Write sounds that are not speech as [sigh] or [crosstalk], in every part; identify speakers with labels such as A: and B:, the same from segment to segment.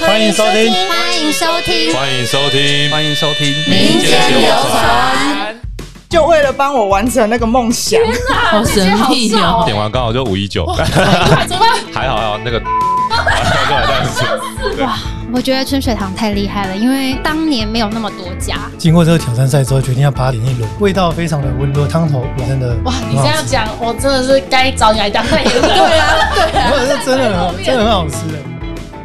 A: 欢迎收听
B: 欢迎收听
C: 欢迎收听，
A: 欢迎收听《
B: 民间流传。
D: 就为了帮我完成那个梦想，
E: 好神秘哦！
C: 点完刚好就五一九，
E: 怎么办？
C: 还好还好那个过来但是
B: 我觉得春水堂太厉害了，因为当年没有那么多家。
F: 经过这个挑战赛之后，决定要爬点一轮，味道非常的温热，汤头真的
E: 哇，你
F: 很好
E: 这样
F: 吃，
E: 讲，我真的是该找你来当代言人。对啊，对
F: 没有是真的很好，真的
E: [laughs]
F: 很好吃的。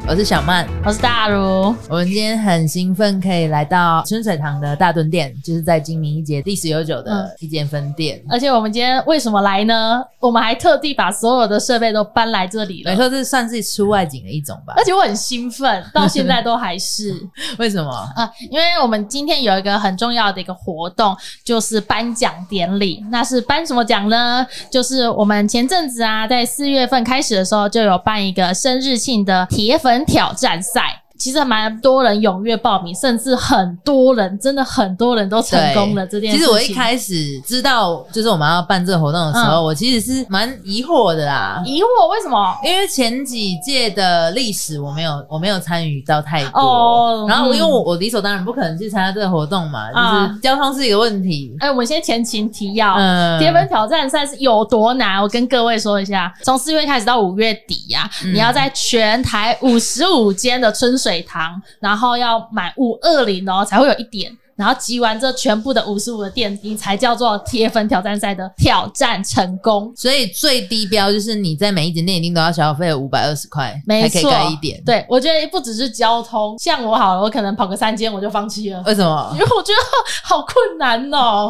G: 我是小曼，
E: 我是大如，
G: 我们今天很兴奋，可以来到春水堂的大墩店，就是在金明一街历史悠久
E: 嗯
G: 的一间分店。
E: 而且我们今天为什么来呢？我们还特地把所有的设备都搬来这里了
G: 没。错，这算是出外景的一种吧
E: 而？且我很兴奋，到现在都还是
G: [laughs] 为什么？
E: 啊、因为我们今天有一个很重要的一个活动，就是颁奖典礼。那是颁什么奖呢？就是我们前阵子啊，在四月份开始的时候，就有办一个生日庆的铁粉挑战赛。其实蛮多人踊跃报名，甚至很多人，真的很多人哦都成功了这件事
G: 其
E: 情。
G: 实我一开始知道就是我们要办这个活动的时候，我其实是蛮疑惑的啦，
E: 疑惑为什么？
G: 因为前几届的历史我没有我没有参与到太多，
E: 哦
G: 然后
E: 嗯
G: 因为我我理所当然不可能去参加这个活动嘛，就
E: 啊
G: 是交通是一个问题。
E: 哎、我们先前情提要，
G: 嗯
E: 铁粉挑战赛是有多难？我跟各位说一下，从四月开始到五月底呀、
G: 嗯
E: 你要在全台五十五间的春水堂，然后要满五二零哦，才会有一点。然后集完这全部的五十五的店，你才叫做铁粉挑战赛的挑战成功。
G: 所以最低标就是你在每一间店一定都要消费五百二十块，
E: 没
G: 才可以
E: 错
G: 盖一点。，
E: 对，我觉得不只是交通，像我好了，我可能跑个三间我就放弃了， [laughs]
G: 为什么
E: 因？为我觉得好困难哦。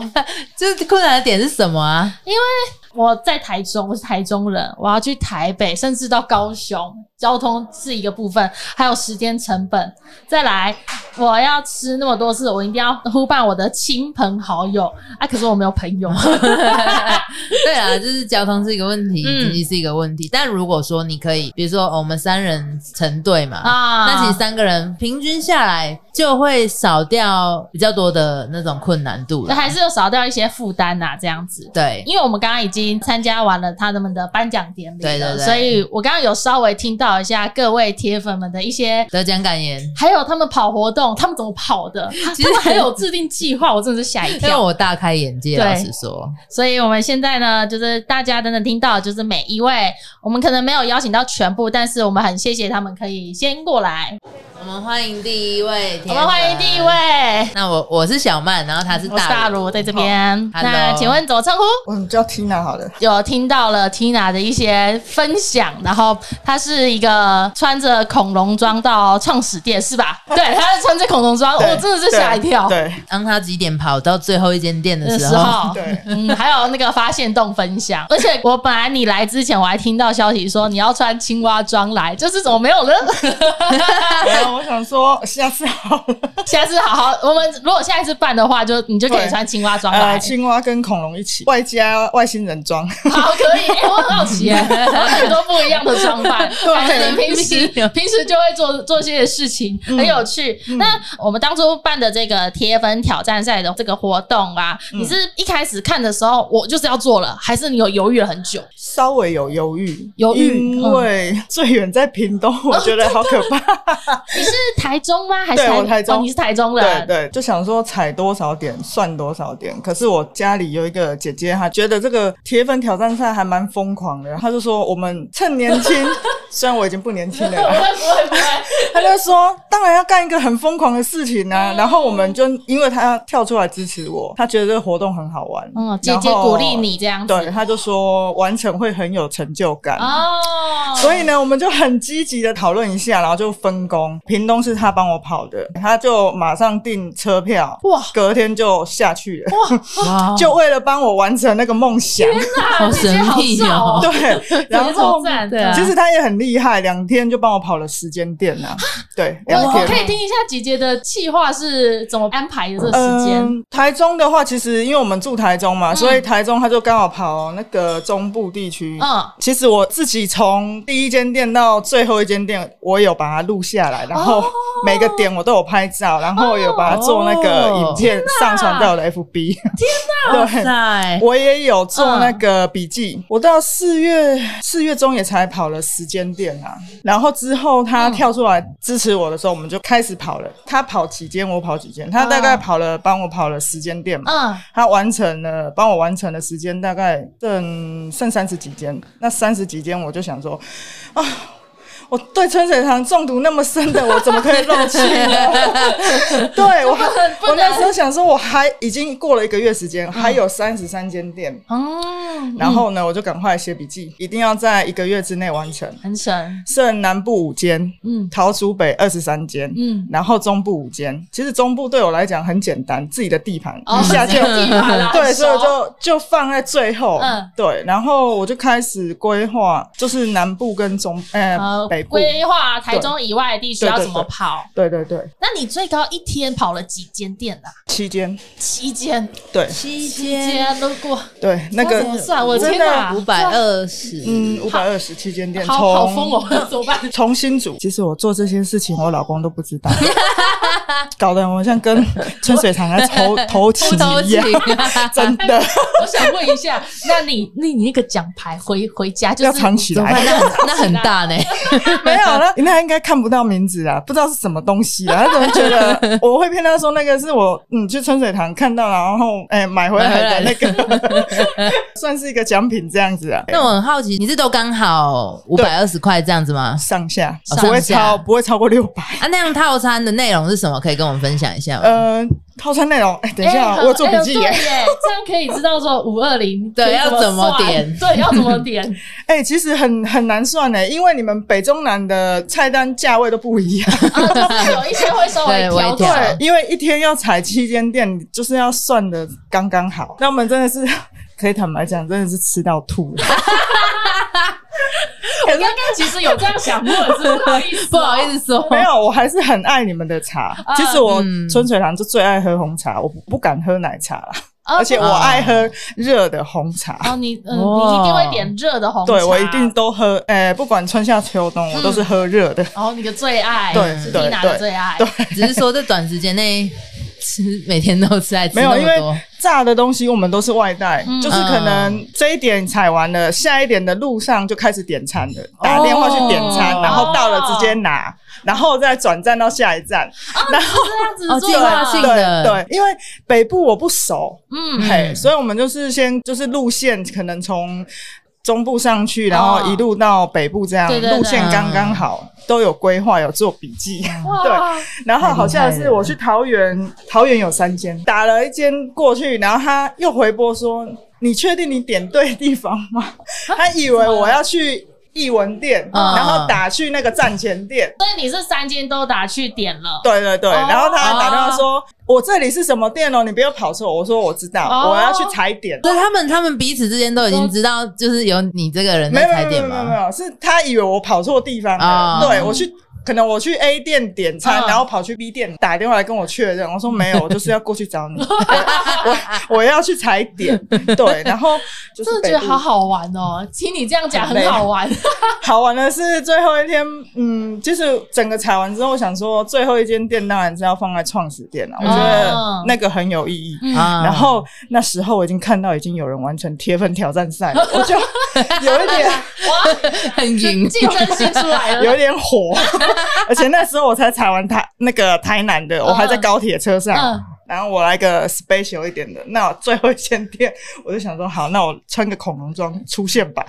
G: 就是困难的点是什么啊？
E: 我在台中，我是台中人，我要去台北，甚至到高雄，交通是一个部分，还有时间成本。再来，我要吃那么多次，我一定要呼唤我的亲朋好友啊！可是我没有朋
G: [laughs]
E: 友，
G: 对啊，就是交通是一个问题，
E: 嗯
G: 经济是一个问题。但如果说你可以，比如说、哦我们三人成对嘛，
E: 啊
G: 那其实三个人平均下来就会少掉比较多的那种困难度
E: 那
G: 了。
E: 还是有少掉一些负担呐，这样子。
G: 对，
E: 因为我们刚刚已经参加完了他们的颁奖典礼了，
G: 对对对
E: 所以我刚刚有稍微听到一下各位铁粉们的一些
G: 得奖
E: [laughs]
G: 感言。
E: 还有他们跑活动，他们怎么跑的？
G: 其实
E: 他们还有制定计划，我真的是吓一
G: 因为
E: 跳。
G: 我大开眼界，
E: 啊对
G: 老实说，
E: 所以我们现在呢，就是大家真的听到，就是每一位，我们可能没有邀请到全部，但是我们很谢谢他们可以先过来。
G: 我们欢迎第一位，
E: 我们欢迎第一。位，
G: 那我我是小曼，然后她是
E: 我是
G: 大
E: 大如在这边。
G: Hello
E: 那请问怎么称呼？
D: 我们嗯叫 Tina 好了。
E: 有听到了 Tina 的一些分享，然后她是一个穿着恐龙装到创始店是吧？对，她是穿着恐龙装，我
D: 对
E: 真的是吓一跳。
D: 对
G: 当他几点跑到最后一间店的
E: 的
G: 时
E: 时
G: 候，
E: 候，
D: 对
E: 嗯，还有那个发现洞分享，而且我本来你来之前我还听到消息说你要穿青蛙装来，就是怎么没有 [laughs] 呢？
D: 对，然后我想说下次好了，
E: 下次好好，我们如果下一次办的话，就你就可以穿青蛙装来
D: 呃，。青蛙跟恐龙一起，外加外星人
E: [laughs]
D: 装，
E: 好，可
D: [laughs]
E: 以。哎、我很好奇耶，有很多不一样的装扮，感觉
D: [laughs]
E: 你平时平时就会做做这些事情，很有趣。那我们当初办的这个铁粉挑战赛的这个活动啊，
D: 嗯
E: 你是一开始看的时候我就是要做了，还是你有犹豫了很久？
D: 稍微有犹豫，
E: 犹豫嗯哦
D: 因为最远在屏东，我觉得好可怕。
E: 你是台中吗？还是
D: [laughs] 对我台中
E: 哦，你是台中
D: 对
E: 人。
D: 对，就想说踩多少点算多少点。可是我家里有一个姐姐，她觉得这个铁粉挑战赛还蛮疯狂的，她就说我们趁年
E: [laughs]
D: 轻，虽然我已经不年轻了
E: 不
D: 啦。
E: 会不会不会，
D: 他就说，当然要干一个很疯狂的事情
E: 嗯
D: 啊。然后我们就因为他要跳出来支持我，他觉得这个活动很好玩，
E: 嗯，姐姐
D: 然后
E: 鼓励你这样子。
D: 对，他就说完成会很有成就感。
E: 哦，
D: 所以呢，我们就很积极的讨论一下，然后就分工。屏东是他帮我跑的，他就马上订车票，
E: 哇，
D: 隔天就下去了，
G: [laughs] 哇，
D: 就为了帮我完成那个梦想。
G: 好神秘
E: 姐姐好
G: 哦、
E: [laughs]
D: 对，然后
E: 对
G: 啊
D: 其实他也很厉害，两天就帮我跑了十间店呐、对，
E: 我
D: 两
E: 我
D: 天。
E: 啊可以听一下姐姐的计划是怎么安排的这个时间、嗯
D: 嗯，台中的话，其实因为我们住台中嘛，所以台中它就刚好跑那个中部地区。
E: 嗯
D: 其实我自己从第一间店到最后一间店，我有把它录下来，然后
E: 哦
D: 每个点我都有拍照，然后有把它做那
E: 哦
D: 个影片上传到我的 FB。天 [laughs] 对。
G: 在
D: 我也有做那个笔记，我到四月四月中也才跑了十间店啊，然后之后他跳出来爸支持我的时候，我们就开始跑了。他跑几间，我跑几间。他大概跑了，帮我跑了十间店嘛。
E: 嗯，
D: 他完成了，帮我完成的时间大概剩剩三十几间。那三十几间，我就想说，啊，我对春水堂中毒那么深的，我怎么可以漏气
E: [laughs]
D: 呢？对我还，我那时候想说，我还已经过了一个月时间，还有三十三间店。
E: 嗯，
D: 然后呢，我就赶快写笔记，一定要在一个月之内完成。
E: 很神，
D: 剩南部五间，
E: 嗯
D: 桃竹北二十三间，
E: 嗯
D: 然后中部五间。其实中部对我来讲很简单，自己的地盘，
E: 哦
D: 一下就
E: [laughs] 自己的地盘啦
D: [laughs] 对，
E: 很熟
D: 所以我就就放在最后。
E: 嗯
D: 对，然后我就开始规划，就是南部跟中呃
E: 呃
D: 北，部。
E: 规划台中以外的地区
D: 对
E: 要
D: 对
E: 怎么
D: 对
E: 跑？
D: 对对对，
E: 那你最高一天跑了几间店啊？
D: 七间，
E: 七间，啊
D: 对
G: 期
E: 七间如果
D: 对，那个
E: 怎么算？我
D: 真
E: 天
D: 的啊
E: 哪，
G: 五百二十，
D: 嗯，五百二十七间店，
E: 好
D: 从
E: 好疯
D: [laughs]
E: 哦，[laughs] 怎么办？
D: 重新组。其实我做这些事情，我老公都不知
E: [laughs]
D: 道，搞得我像跟春水堂在
E: [laughs]
D: 投投情一样， [laughs] 真的
E: 我想问一下，那你那你那个奖牌回回家 [laughs] 就
D: 要
E: 是
D: 藏起
G: 怎么办？
D: 来。
G: 那很那很
D: [laughs]
G: 大呢，
D: 没有 [laughs] 了，那应该看不到名字啊，不知道是什么东西啊。他怎么觉得我会骗他说那个是我嗯去春水堂看到，然后哎、买回来的那个，算是一个奖品这样子啊。
G: 那我很好奇，你是都刚好五百二十块这样子吗？
D: 上下
G: 哦
D: 不会
G: 上下
D: 超不会超过六百。
G: 啊，那样套餐的内容是什么？可以跟我们分享一下吗？
D: 呃，套餐内容，哎、等一下啊、
E: 哎很
D: 我有做笔记耶。
E: 哎对耶，这样可以知道说五二零
G: [laughs] 对要怎么
E: [laughs]
G: 点
E: 对，要怎么点？
G: [laughs]
D: 哎、其实很很难算呢，因为你们北中南的菜单价位都不一样。
E: 啊，就是有一些会稍微
G: 对微
E: 调
G: 调
E: 整
G: 对
D: 因为一天要踩七间店，就是要算的刚刚好。那我们真的是 [laughs] 可以坦白讲，真的是吃到吐了。
E: 我刚刚其实有这样想过，只是不好意思，
G: [laughs]
E: 哦
G: 不好意思说，
D: [laughs] 没有，我还是很爱你们的茶。
E: 啊
D: 其实我
G: 嗯
D: 春水堂就最爱喝红茶，我不不敢喝奶茶啦，
E: 啊
D: 而且我爱喝热的红茶。
E: 哦，你嗯，
G: 哦
E: 你一定会点热的红茶，嗯
D: 对，我一定。都喝，哎、不管春夏秋冬，我都是喝热的。
E: 哦，你的最爱，
D: 对
E: 是
D: 对
E: Tina 的最爱，
D: 对
G: 只是说在短时间内吃，每天都吃，还吃
D: 没
G: 那
D: 有，因
G: 么
D: 为
G: 多。
D: 炸的东西我们都是外带，
E: 嗯
D: 就是可能这一点踩完了，下一点的路上就开始点餐了，
E: 哦
D: 打电话去点餐，
G: 哦
D: 然后到了直接拿，然后再转站到下一站。然后
E: 这样子
G: 哦
E: 做啊
G: 计划
E: 的
G: 性
D: 对
G: 的
D: 对，因为北部我不熟，
E: 嗯，
D: 嘿，所以我们就是先就是路线可能从。中部上去，然后一路到北部，这样、
E: 啊对对对嗯
D: 路线刚刚好，都有规划，有做笔记。
E: 哇，
D: 然后好像
G: 太厉
D: 是
G: 害了
D: 我去桃园，桃园有三间，打了一间过去，然后他又回拨说：“你确定你点对地方吗？”
E: 啊
D: 他以为我要去艺文店，
G: 嗯
D: 然后打去那个站前店。
E: 所以你是三间都打去点了，
D: 对对对，
E: 哦啊
D: 然后他还打电话说：“我这里是什么店哦，你不要跑错。”我说：“我知道，
E: 哦
D: 我要去踩点。”
G: 所以他们他们彼此之间都已经知道，就是有你这个人
D: 没
G: 在
D: 有
G: 踩
D: 没有
G: 点
D: 没有没
G: 吗？
D: 有，是他以为我跑错地方
G: 啊
E: 哦
D: 了。对我去，可能我去 A 店点餐
E: 嗯，
D: 然后跑去 B 店打电话来跟我确认，我说没有，我就是要过去找
E: [laughs]
D: 你， [laughs] 我我要去踩点。对，然后就是
E: 真的
D: 北
E: 觉得
D: 部
E: 好好玩哦。听你这样讲，
D: 很累
E: 很好
D: [laughs]
E: 玩，
D: 好玩的是最后一天，嗯，就是整个踩完之后，我想说最后一间店当然是要放在创始店了，啊我觉
E: 哦
D: 得那个很有意义。
E: 嗯
G: 啊
D: 然后那时候我已经看到已经有人完成铁粉挑战赛了，我
E: [laughs]
D: 就有一点。
E: 啊
D: [laughs]
E: 哇，
G: 很晕，
E: 竞争性出来 [laughs] 了，嗯
D: 有点火， [laughs] 而且那时候我才踩完台那个台南的，我还在高铁车上。
E: 嗯
D: 然后我来个 special 一点的，那我最后一间店，我就想说，好，那我穿个恐龙装出现
E: [laughs]
D: 吧。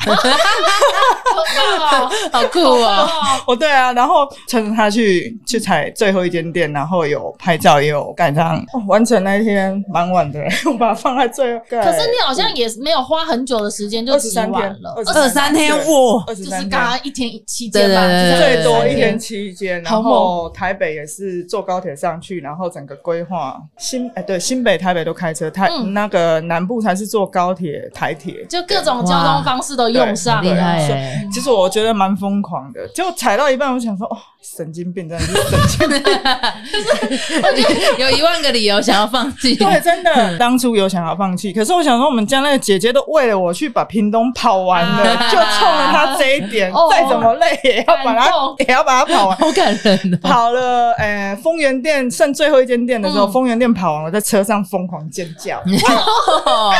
E: 好棒哦
G: 好酷
E: 好棒
G: 哦！
E: 哦，
D: 哦，对啊，然后趁着他去去踩最后一间店，然后有拍照，也有盖章、哦。完成那一天蛮晚的， [laughs] 我把它放在最后。
E: 可是你好像也没有花很久的时间就
D: 二十
E: 挤
D: 三天
E: 完了，，
G: 二三天
D: [laughs]
G: 哇，
D: 二十
E: 就是
D: 三
E: 刚
D: 天。
E: 刚一天七间吧，
G: 对对对
E: 就是
D: 最多一
E: 天
D: 天七间，
E: 呃好
D: 然
E: 猛
D: 后台北也是坐高铁上去，然后整个规划新哎、对新北、台北都开车，台、
E: 嗯
D: 那个南部才是坐高铁、台铁。啊
E: 就各种交通方式都用上
G: 厉
E: 了。
G: 害
D: 所
G: 耶！
D: 其实我觉得蛮疯狂的，就踩到一半，我想说，哦，神经病，真的是神
E: [laughs]
D: 经病。
G: 有一万个理由想要放弃，
D: 对，真
E: 嗯
D: 的，当初有想要放弃，可是我想说，我们家那个姐姐都为了我去把屏东跑完了，
E: 啊
D: 就冲了她这一点，
E: 哦
D: 再怎么累也要把
E: 感
D: 它
E: 动
D: [laughs] 也要把它跑完。哎
G: 好感人哦！
D: 跑了，呃，丰原店剩最后一间店的时候，
E: 嗯
D: 丰原店跑完，我在车上疯狂尖叫。 [laughs]
G: 哦
D: 啊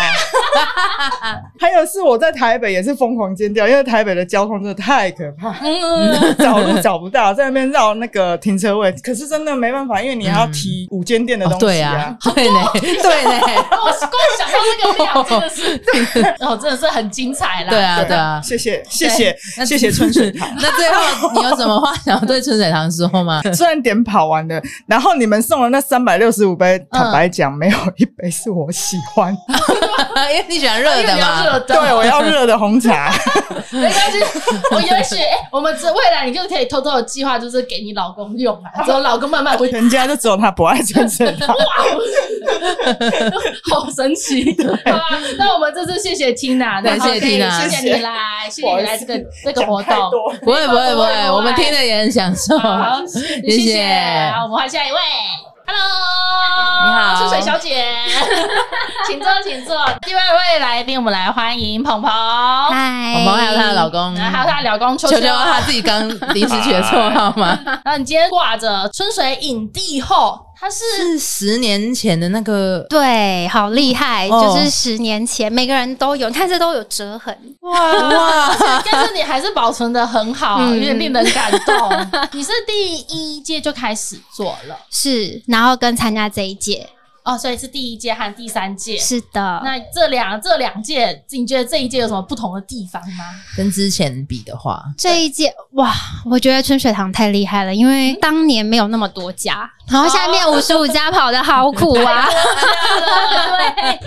D: 还有是我在台北也是疯狂尖叫，因为台北的交通真的太可怕，
G: 嗯
D: 找路找不到，在那边绕那个停车位，可是真的没办法，因为你还要提五间店的东
G: 对
D: 西
G: 啊，对呢，对呢，
E: 我哦光想到这个量真的是，哦，真的是很精彩啦。
G: 对啊，对啊。
D: 谢谢谢谢
G: 那
D: 谢谢春水堂。
G: 那最后你有什么话想要对春水堂说吗？
D: 虽然点跑完了，然后你们送了那三百六十五杯，坦白讲，没有一杯是我喜
G: [laughs]
D: 欢。
G: 因为你喜欢热
E: 因为
G: 的
E: 比较
G: 嘛，
E: 热的，
D: 对，我要热的红茶。
E: 没关系，我也许哎、我们这未来你就可以偷偷的计划，就是给你老公用啊，之后老公慢慢会
D: 人家就只有他不爱春水堂。
E: [laughs] 好神奇。好啊，那我们这次谢谢 Tina，
G: 对
E: 然后
G: 谢谢
E: 可以
G: Tina
E: 谢谢你来，谢谢你来这个这个活动。
G: 不会不会不
E: 不会
G: 会，我们听的也很享受。
E: 好，谢
G: 谢谢
E: 好，我们换下一位，Hello，
G: 你好
E: 春水小姐， [laughs] 请坐，请坐。第二位来宾，我们来欢迎鹏鹏，然
B: 嗨，
G: 我们还有她的老公，
E: 后哎还有她的老公秋啊
G: 秋秋，她自己刚临时取的绰号
E: [laughs]
G: 吗？
E: 然后你今天挂着春水影帝后，他是
G: 是十年前的那个，
B: 对，好厉害，
G: 哦
B: 就是十年前每个人都有，但是都有折痕。
E: [laughs] 但是你还是保存的很好，
B: 嗯
E: 有点令人感动。你是第一届就开始做了
B: 是，然后跟参加这一届，
E: 哦，所以是第一届和第三届。
B: 是的，
E: 那这两这两届，你觉得这一届有什么不同的地方
B: [laughs]
E: 吗？
G: 跟之前比的话，
B: 这一届哇，我觉得春水堂太厉害了，因为当年没有那么多家，然后下面五十五家跑的好苦
G: [laughs]
B: 啊。
E: 对，那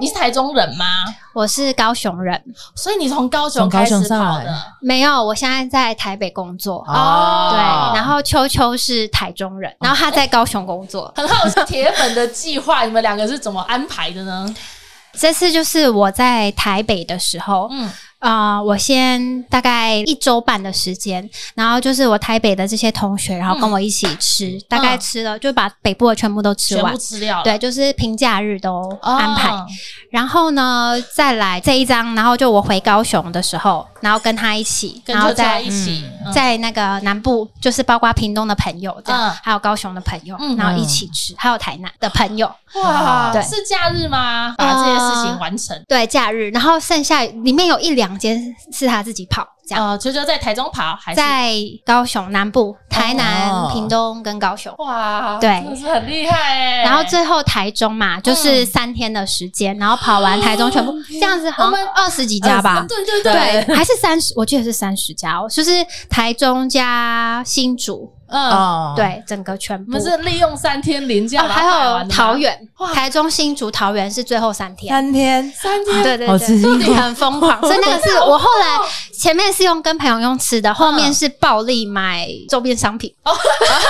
E: 你是台中人吗？
B: 我是高雄人，
E: 所以你从高雄
G: 从
E: 开
G: 高雄
E: 始跑
G: 上
E: 的
G: 来
B: 没有，我现在在台北工作。
E: 哦
B: 对，然后秋秋是台中人，然后他在高雄工作。
E: 很好奇铁粉的计划，你们两个是怎么安排的呢？
B: 这次就是我在台北的时候，
E: 嗯，
B: 啊、我先大概一周半的时间，然后就是我台北的这些同学，然后跟我一起吃，大概吃了、就把北部的全部都吃
E: 嗯全
B: 完
E: 部。吃掉了，
B: 对，就是平假日都
E: 哦，
B: 安排，然后呢，再来这一张，然后就我回高雄的时候，然后跟他一起，
E: 跟
B: 然后
E: 就在
B: 再
E: 一起，嗯
B: 在那个南部，就是包括屏东的朋友，这样
E: 嗯，
B: 还有高雄的朋友
E: 嗯，
B: 然后一起吃，还有台南的朋友，
E: 哇，
B: 对嗯
E: 是假日吗？把这些事情完成。
B: 对，假日，然后剩下里面有一两间是他自己跑，这样，
E: 呃，球球在台中跑还是？
B: 在高雄南部、台
G: 哦
B: 南、屏东跟高雄。
E: 哇，
B: 对
E: 真的是很厉害哎。
B: 然后最后台中
E: 嗯
B: 嘛，就是三天的时间，然后跑完台中全
E: [gasps]
B: 部这样子，好
E: 我们
B: 像二十几家吧，
E: 呃啊对对
B: 对，，还是三十，我记得是三十家哦，就是台中加新竹，
E: 嗯，
G: 哦，
B: 对，整个全
E: 我
B: 部。
E: 们是利用三天连假，
B: 哦
E: 把
B: 还
E: 它排完
B: 有
E: 的吗
B: 桃，园
E: 哇，
B: 台中、新竹、桃园是最后三天，
G: 天，
E: 三天
B: 对对
G: 好
B: 对，
G: 刺激哦
B: 你很疯
E: [laughs]
B: 狂。所以那个是我后来前面是用跟朋友用吃的，后面是暴力买周边商品。
E: 哦
B: [laughs]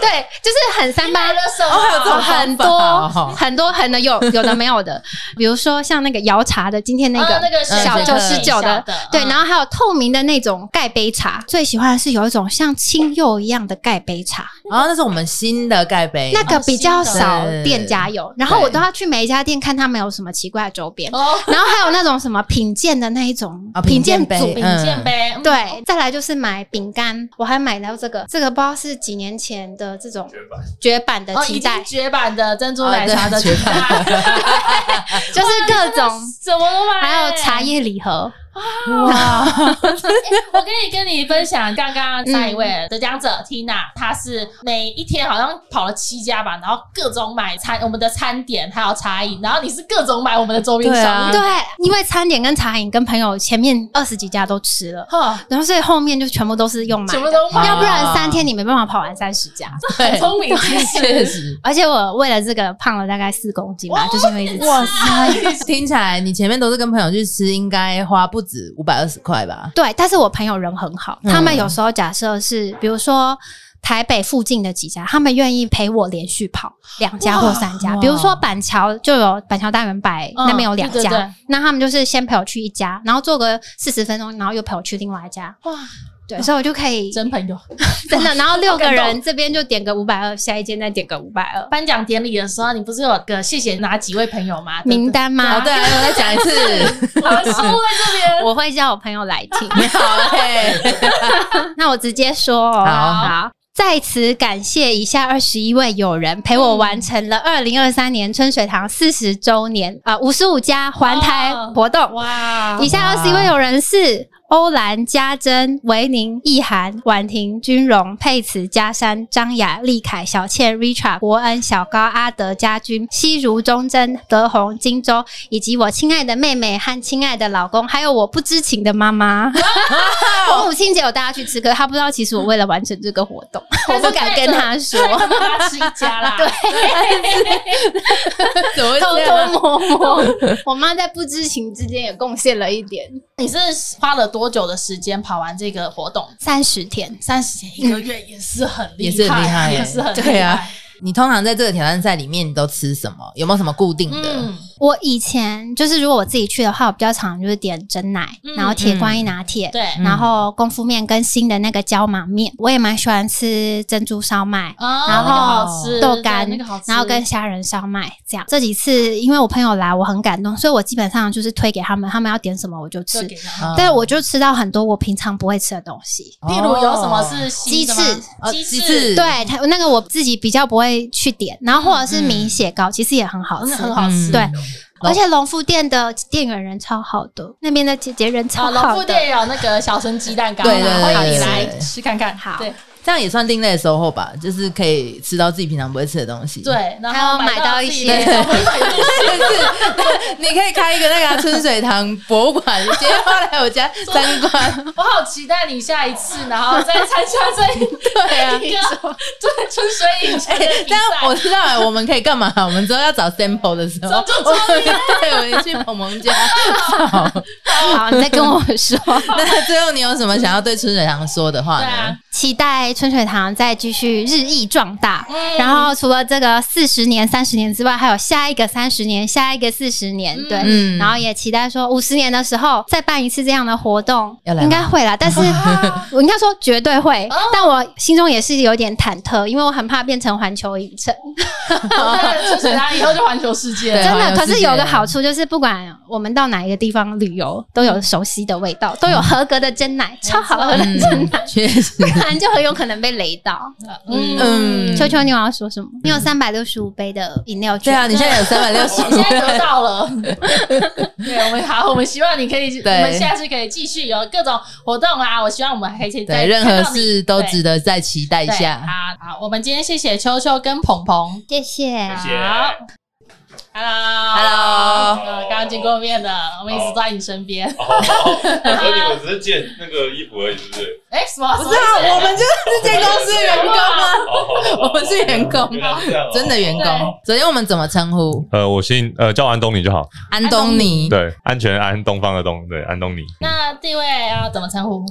B: 对，就是很三
E: [laughs]
B: 八呃
E: 买了什
G: 哦还有这
E: 么？
G: 种
B: 很
G: 方法
B: 多
G: 哦
B: 很多很多有有的没有的，比如说像那个摇茶的，今天那
E: 啊
B: 个
E: 那个是
B: 小
E: 那个
B: 九十
E: 小
B: 九
E: 的
B: 的
E: 嗯，
B: 对，然后还有透明的那种盖杯茶，最喜欢的是有一种像青柚一样的盖杯茶，
E: 哎
G: 然哦后那是我们新的盖杯，
B: 那个比较少
G: 新的
B: 店家有，然后
G: 对
B: 我都要去每一家店看他们有什么奇怪的周边，
E: 哦，
B: 然后还有那种什么品鉴的那一种
G: 啊品鉴杯
B: 组
E: 饼
G: 嗯
E: 鉴呗，嗯，
B: 对，再来就是买饼干，我还买到这个，这个不知道是几年前的这种绝版的
E: 哦，已
B: 期
E: 经
B: 待，
E: 绝版的珍珠奶茶的
G: 哦对
B: [laughs]
E: 期待
B: 就是各种
E: 什么都买，
B: 还有茶。叶礼盒，
E: 我可以跟你分享，刚刚上一位得奖者 Tina，她是每一天好像跑了七家吧，然后各种买餐我们的餐点还有茶饮，然后你是各种买我们的周边商
B: 对啊
E: 品。，
B: 因为餐点跟茶饮跟朋友前面二十几家都吃了。
E: 哈，
B: 然后所以后面就全部都是用买
E: 全部
B: 的，
E: 都买
B: 要不然三天你没办法跑完三十家。
E: 很聪明，其
G: 确
E: 实。
G: 实。
B: 而且我为了这个胖了大概四公斤吧，就是因为一直吃。
G: 哇塞！ [laughs] 听起来你前面都是跟朋友去吃，应该花不止五百二十块吧？
B: 对，但是我朋友人很好，
G: 嗯
B: 他们有时候假设是，比如说。台北附近的几家，他们愿意陪我连续跑两家或三家
G: 哇，
B: 比如说板桥就有板桥大圆百、
E: 嗯
B: 那边有两
E: 对
B: 家，
E: 对对
B: 那他们就是先陪我去一家，然后做个四十分钟，然后又陪我去另外一家，
E: 哇，
B: 对，所以我就可以
E: 真朋友！
B: [laughs] 真的，然后六个
E: 好感
B: 人这边就点个五百二，下一间再点个五百二，
E: 颁奖典礼的时候，你不是有个谢谢哪几位朋友吗？
B: 名单
G: 啊，
B: 吗？
G: [laughs] 对，我再讲一
E: [laughs] 对，
G: [laughs] 次，
E: 对对我们收在这
B: [laughs]
E: 边。
B: 我会叫我朋友来听。
G: 好嘞，
B: 那我直接说哦，
G: 好
B: 在此感谢以下二十一位友人陪我完成了二零二三年春水堂四十周年啊五十五家环台活动。
E: 哇
B: 以下二十一位友人是欧兰、嘉珍、维宁、意涵、婉婷、君荣、佩慈、嘉山、张雅、丽凯、小倩、Richard、国恩、小高、阿德、家君、西如、忠贞、德宏、荆州，以及我亲爱的妹妹和亲爱的老公，还有我不知情的妈妈。 [laughs] 我母亲节有带她去吃，可是她不知道，其实我为了完成这个活动， [laughs] 我不敢跟她说。
E: 他是一
B: [laughs]
E: 家啦，对，
G: [laughs] 怎么会
B: 偷
G: 这样
B: 偷摸 [laughs] 摸，我妈在不知情之间也贡献了一点，
E: 你是花了多久的时间跑完这个活动？
B: 三十天。
E: 三十天一个月也是很厉害，
G: 也是很厉害耶
E: 也是很厉害
G: 对啊。你通常在这个挑战赛里面，你都吃什么？有没有什么固定的？
E: 嗯，
B: 我以前就是如果我自己去的话，我比较常就是点真奶，
E: 嗯
B: 然后铁观音拿铁，
E: 对，
G: 嗯
B: 然后功夫面跟新的那个椒麻面，我也蛮喜欢吃珍珠烧麦。
E: 然
B: 然
E: 后
B: 后
E: 哦好吃
B: 豆
E: 对
B: 干
E: 那个好，吃，
B: 然后跟虾仁烧麦这样。这几次因为我朋友来，我很感动，所以我基本上就是推给他们，他们要点什么我就
E: 就
B: 吃
E: 给。他。
B: 但我就吃到很多我平常不会吃的东西，
G: 哦
E: 譬如有什么是新的吗哦
B: 鸡翅
G: 呃
E: 鸡啊
G: 鸡翅
B: 对，它那个我自己比较不会去点，然后或者是米血糕，其实也很好
E: 真
B: 吃
E: 的，嗯很好吃。
G: 嗯
B: 对，而且龙富店的店员人超好的，那边的姐姐人超
E: 啊，
B: 好的。
E: 老富店有那个小生鸡蛋糕，
G: 对对对
E: 欢迎你
G: 对
E: 来
G: 对
E: 吃看看。
B: 好
E: 对
G: 这样也算另类的收获吧，就是可以吃到自己平常不会吃的东西。 [laughs]
E: 对，然
B: 还有
E: 后
B: 买到一
E: 自己
B: 些
E: 的小朋
B: [laughs]
E: 友也是
G: 就是你可以开一个那个啊春水堂博物馆，直接后来我家参 [laughs] 观。
E: 我好期待你下一次，然后再参加这一
G: [laughs] 对
E: [laughs]
G: 啊
E: 这一个对春水影城
G: 哎、
E: 的比
G: 这样
E: 赛
G: 我知道了，我们可以干嘛？我们之后要找 sample 的时候， [laughs]
E: 找
G: 我们对，我们去萌萌家。 [laughs] 好， [laughs]
B: 好，你再跟我说。
G: 那最后你有什么想要对春水堂说的话
E: 对
G: 呢？
E: 啊，
B: 期待春水堂再继续日益壮大。
E: 嗯
B: 然后除了这个四十年、三十年之外，还有下一个三十年、下一个四十年，对。
G: 嗯
B: 然后也期待说五十年的时候再办一次这样的活动，
G: 要来吗
B: 应该会啦。但是我 [laughs] 应该说绝对会，但我心中也是有点忐忑，因为我很怕变成环球影城。
E: 对春水堂以后就环球世界
G: 对
E: 了。
B: 真
G: 环
B: 的，
G: 游
B: 可
G: 世
B: 是
G: 界
B: 有个好处就是，不管我们到哪一个地方旅游，都有熟悉的味道，都有合格的真奶，超好喝的
G: 嗯
B: 真奶，
G: 确实，
B: 不然就很有可能被雷到。
G: 嗯
B: 秋秋，你有要说什么？你有三百六十五杯的饮料
G: 对
B: 券，
E: [laughs]
G: 啊，你现在有三百六十
E: 我们现在得到了， [laughs] 对，我们好，我们希望你可以，我
G: 对
E: 们下次可以继续有各种活动啊。我希望我们还可以再
G: 对，任
E: 看
G: 何
E: 到你
G: 事都
E: 对
G: 值得再期待一
E: 对
G: 下。
E: 好，好，我们今天谢谢秋秋跟鹏鹏，
B: 谢谢。
C: 谢
E: 好，Hello，Hello，呃，刚刚见过面的，我们一直在你身边。
C: 哦，所以你们只是借那个衣服而已，是不是？
E: 哎，什么？
G: 不
E: 不
G: 是啊，我们就是这间公司的员工啊，
C: 哦 [laughs]
G: 我们是员工
C: 原来是这样哦
G: 真的员工。昨天我们怎么称呼？
C: 呃，我姓呃叫安东尼就好，
G: 安东尼。
C: 对，安全安东方的东，对，安东尼。
E: 那地位要怎么称呼？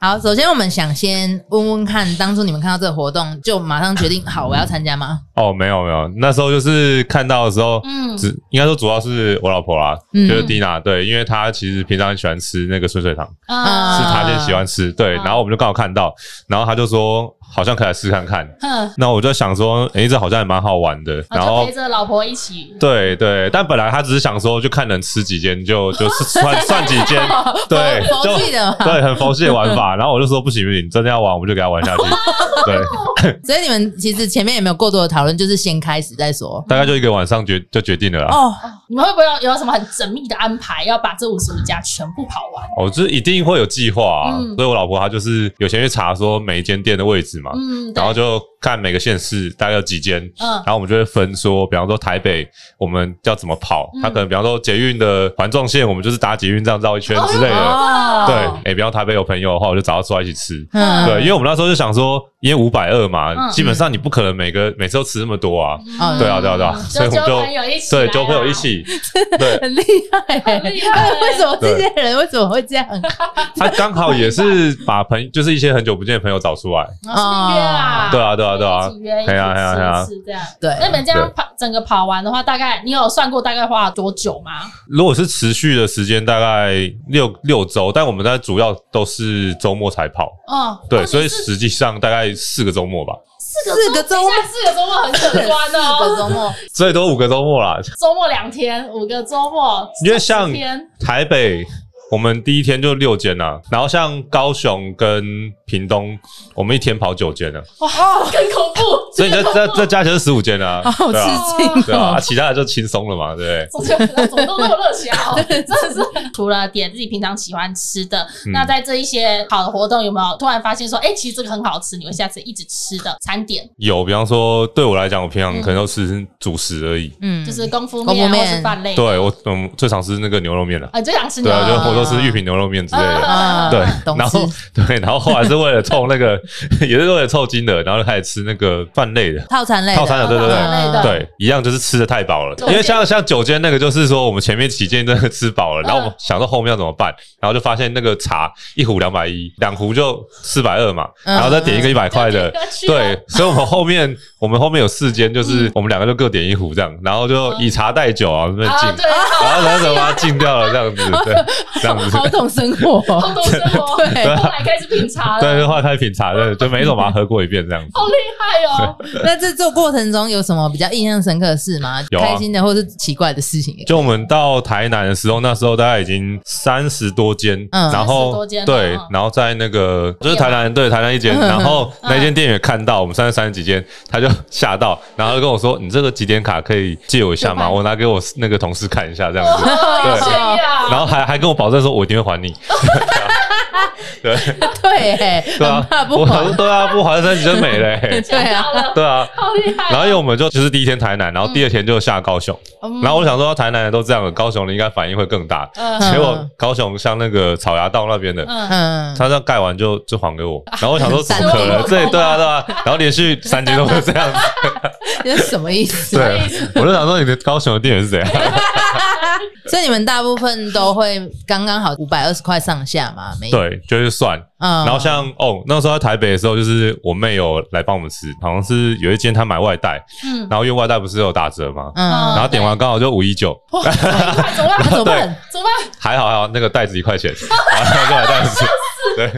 G: 好，首先我们想先问问看，当初你们看到这个活动，就马上决定好我要参加吗？
C: 哦，没有没有，那时候就是看到的时候，
E: 嗯，
C: 只应该说主要是我老婆啦，
G: 嗯
C: 就是 Dina，对，因为她其实平常很喜欢吃那个春水堂，
E: 嗯
C: 是
G: 啊
C: 她先喜欢吃，对，然后我们就刚好看到，然后她就说好像可以来试看看，
E: 哼，
C: 那我就想说，诶，这好像也蛮好玩的，然
E: 就
C: 后
E: 陪着老婆一
C: [laughs]
E: 起。
C: 对对，但本来他只是想说，就看能吃几间，就就是
G: [laughs]
C: 算算几间，对，
G: 佛
C: 就
G: 佛系的嘛
C: 对，很佛系的玩法。然 [laughs] 后我就说不行不行，真的要玩，我们就给他玩
G: [laughs]
C: 下去。对，
G: 所以你们其实前面也没有过多的讨论，就是先开始再说。
C: 大概就一个晚上决就决定了啦。
G: 哦，
E: [laughs] 你们会不会有有什么很缜密的安排，要把这五十五家全部跑完？
C: 哦，就是一定会有计划、啊，
E: 嗯
C: 所以我老婆她就是有先去查说每一间店的位置嘛，
E: 嗯，对
C: 然后就看每个县市大概有几间，
E: 嗯
C: 然后我们就会分说，比方说台北我们要怎么跑，
E: 嗯
C: 它可能比方说捷运的环状线，我们就是搭捷运这样绕一圈之类的。
E: 啊
G: 哦
C: 对，哎、比方台北有朋友的话，我就找他出来一起吃。
G: 嗯
C: 对，因为我们那时候就想说，因为五百二嘛，
E: 嗯
C: 基本上你不可能每个每次都吃那么多啊。
G: 哦
C: 对啊，对啊，对啊，
E: 嗯
C: 所以我
E: 就
C: 们
E: 交
C: 就
E: 朋友一起，啊
C: 对交朋友一，
E: [laughs]
C: 起。对，
G: 很厉害欸，
E: 很厉 [laughs] 害
G: 为什么这些人为什么会这样？
C: 他刚好也是把朋友，就是一些很久不见的朋友找出来。
E: 然后顺便约啊，
C: 对啊，对啊，对啊
E: 一起约，，
C: 嘿呀，嘿呀，嘿呀
E: 一起。吃一吃这样。
G: 对
E: 那你们这样跑整个跑完的话，大概你有算过大概花了多久吗？
C: 如果是持续的时间，大概六六周，但我们在主要都是周末才跑。
E: 哦，
C: 对，所以实际上大概四个周末吧，
G: 四个周
E: 等一下四个周末很可观
G: [laughs] 四个
E: 哦，
G: 周末，
C: 最多五个周末啦。
E: 周末两天，五个周末，
C: 因为像
E: 四天
C: 台北、我们第一天就六间啦，然后像高雄跟屏东，我们一天跑九间了，啊
E: [laughs] 更恐怖。
C: 所以这这这加起来是十五间啦，
G: [laughs] 好
C: 对啊，
G: 吃惊
C: 对啊，
G: 哦
C: 啊！其他的就轻松了嘛，对不对？
E: 总觉得怎么都有热情 [laughs] 啊！真的是除了点自己平常喜欢吃的，
C: 嗯
E: 那在这一些好的活动，有没有突然发现说，哎、其实这个很好吃，你会下次一直吃的餐点，
C: 有，比方说对我来讲，我平常可能都吃主食而已。
G: 嗯
E: 就是功夫
G: 功夫
E: 面啊或
G: 面
E: 是饭类？
C: 对我，嗯，最常吃那个牛肉面了。
E: 啊，你最想吃
C: 对啊，
E: 呢？
C: 就我都吃玉品牛肉面之类的。
G: 啊
C: 对，
G: 懂
C: 然后
G: 事。
C: 对，然后后来是为了凑那个， [laughs] 也是为了凑金额，然后就开始吃那个饭类的。
G: 套餐类啊
C: 套餐的对啊对对
E: 套餐类的
C: 对，一样就是吃的太饱了，
E: 中
C: 因
E: 间
C: 为像像酒间那个，就是说我们前面几间真的吃饱了，
E: 嗯
C: 然后我们想到后面要怎么办，然后就发现那个茶一壶两百一，两壶就四百二嘛，
G: 嗯
C: 然后再点一个一百块的
E: 就点一个，去
C: 对，所以我们后面我们后面有四间，就是我们两个就各点一壶这样，然后就以茶代酒啊，那边
E: 啊，
C: 敬，
E: 对，
C: 然后然后就把它敬掉了这样子，对，这样子，
G: 好懂生
C: [laughs]
G: 活。
E: 空洞生 [laughs] 活，
G: 对
E: 后来开始品茶了，
C: 对，就后来开始品茶，对，就每一种把它喝过一遍这样子。
E: 好厉害哦！
G: 那在这过程中有什么比较印象深刻的事吗？
C: 有啊
G: 开心的或是奇怪的事情也可以？
C: 就我们到台南的时候，那时候大概已经三十多间，
G: 嗯
C: 然
E: 30多
C: 后
E: 间
C: 对
E: 嗯，
C: 然后在那个就是台南对台南一间，
G: 嗯
C: 然后那间店员看到我们三十三十几间，他就吓到，然后就跟我说：“你这个几点卡可以借我一下
E: 有
C: 吗？
E: 吧
C: 我拿给我那个同事看一下这样
E: [laughs]
C: 子。”
E: 哦，
C: 对
E: 谢
C: 然
E: 呀，
C: 后还还跟我保证说，我一定会还你。 [laughs] 对
G: 对、欸，
C: 对啊
G: 很怕，不
C: 我
G: 还
C: 想说。对啊，不还三十就没了、欸。
G: [laughs] 对啊，
C: 对啊，
E: 好厉害哦！
C: 然后因为我们就就是第一天台南，然后第二天就下高雄，然后我想说台南人都这样了，高雄人应该反应会更大。
E: 嗯
C: 结果高雄像那个草衙道那边的，
E: 嗯，
G: 嗯，
C: 他这样盖完就就还给我，然后我想说怎么可
G: [laughs]
C: 能？
E: 散
C: 这对啊对啊，然后连续三间都是这样子，
G: 这是什么意思？ [laughs]
C: 对，我就想说你的高雄的店员是怎样？
G: 所以你们大部分都会刚刚好五百二十块上下嘛？没，
C: 对，就是算。
G: 嗯
C: 然后像哦，那时候在台北的时候，就是我妹有来帮我们吃，好像是有一间她买外带，
E: 嗯
C: 然后因为外带不是有打折吗？
G: 嗯，哦
C: 然后点完刚好就五一九，
E: 快怎么办？
G: 那怎
C: 对
G: 么办？
E: 怎么办？
C: 还好还好，那个袋子一块
G: [laughs]
C: 钱，然后就买袋子，对，